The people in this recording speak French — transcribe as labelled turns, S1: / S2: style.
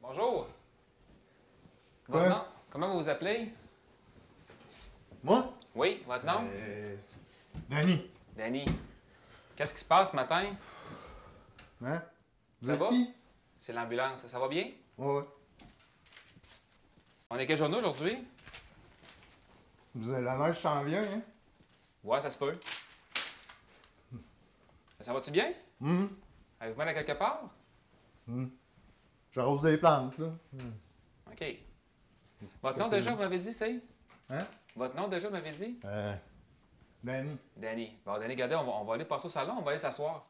S1: Bonjour.
S2: Quoi?
S1: Votre nom? Comment vous vous appelez?
S2: Moi?
S1: Oui, votre nom?
S2: Euh, Danny.
S1: Danny. Qu'est-ce qui se passe ce matin?
S2: Hein? Vous
S1: Ça
S2: êtes
S1: va?
S2: qui?
S1: C'est l'ambulance. Ça va bien?
S2: Ouais, ouais.
S1: On est quel journée aujourd'hui?
S2: Vous avez la neige s'en vient, hein?
S1: Ouais, ça se peut.
S2: Hmm.
S1: Ça va-tu bien?
S2: Hum,
S1: Avez-vous mal à quelque part?
S2: hum. J'arrose des plantes, là.
S1: OK. Votre nom déjà, vous m'avez dit, c'est?
S2: Hein?
S1: Votre nom déjà, vous m'avez dit?
S2: Euh, Danny.
S1: Danny. Bon, Danny, regardez, on va, on va aller passer au salon, on va aller s'asseoir.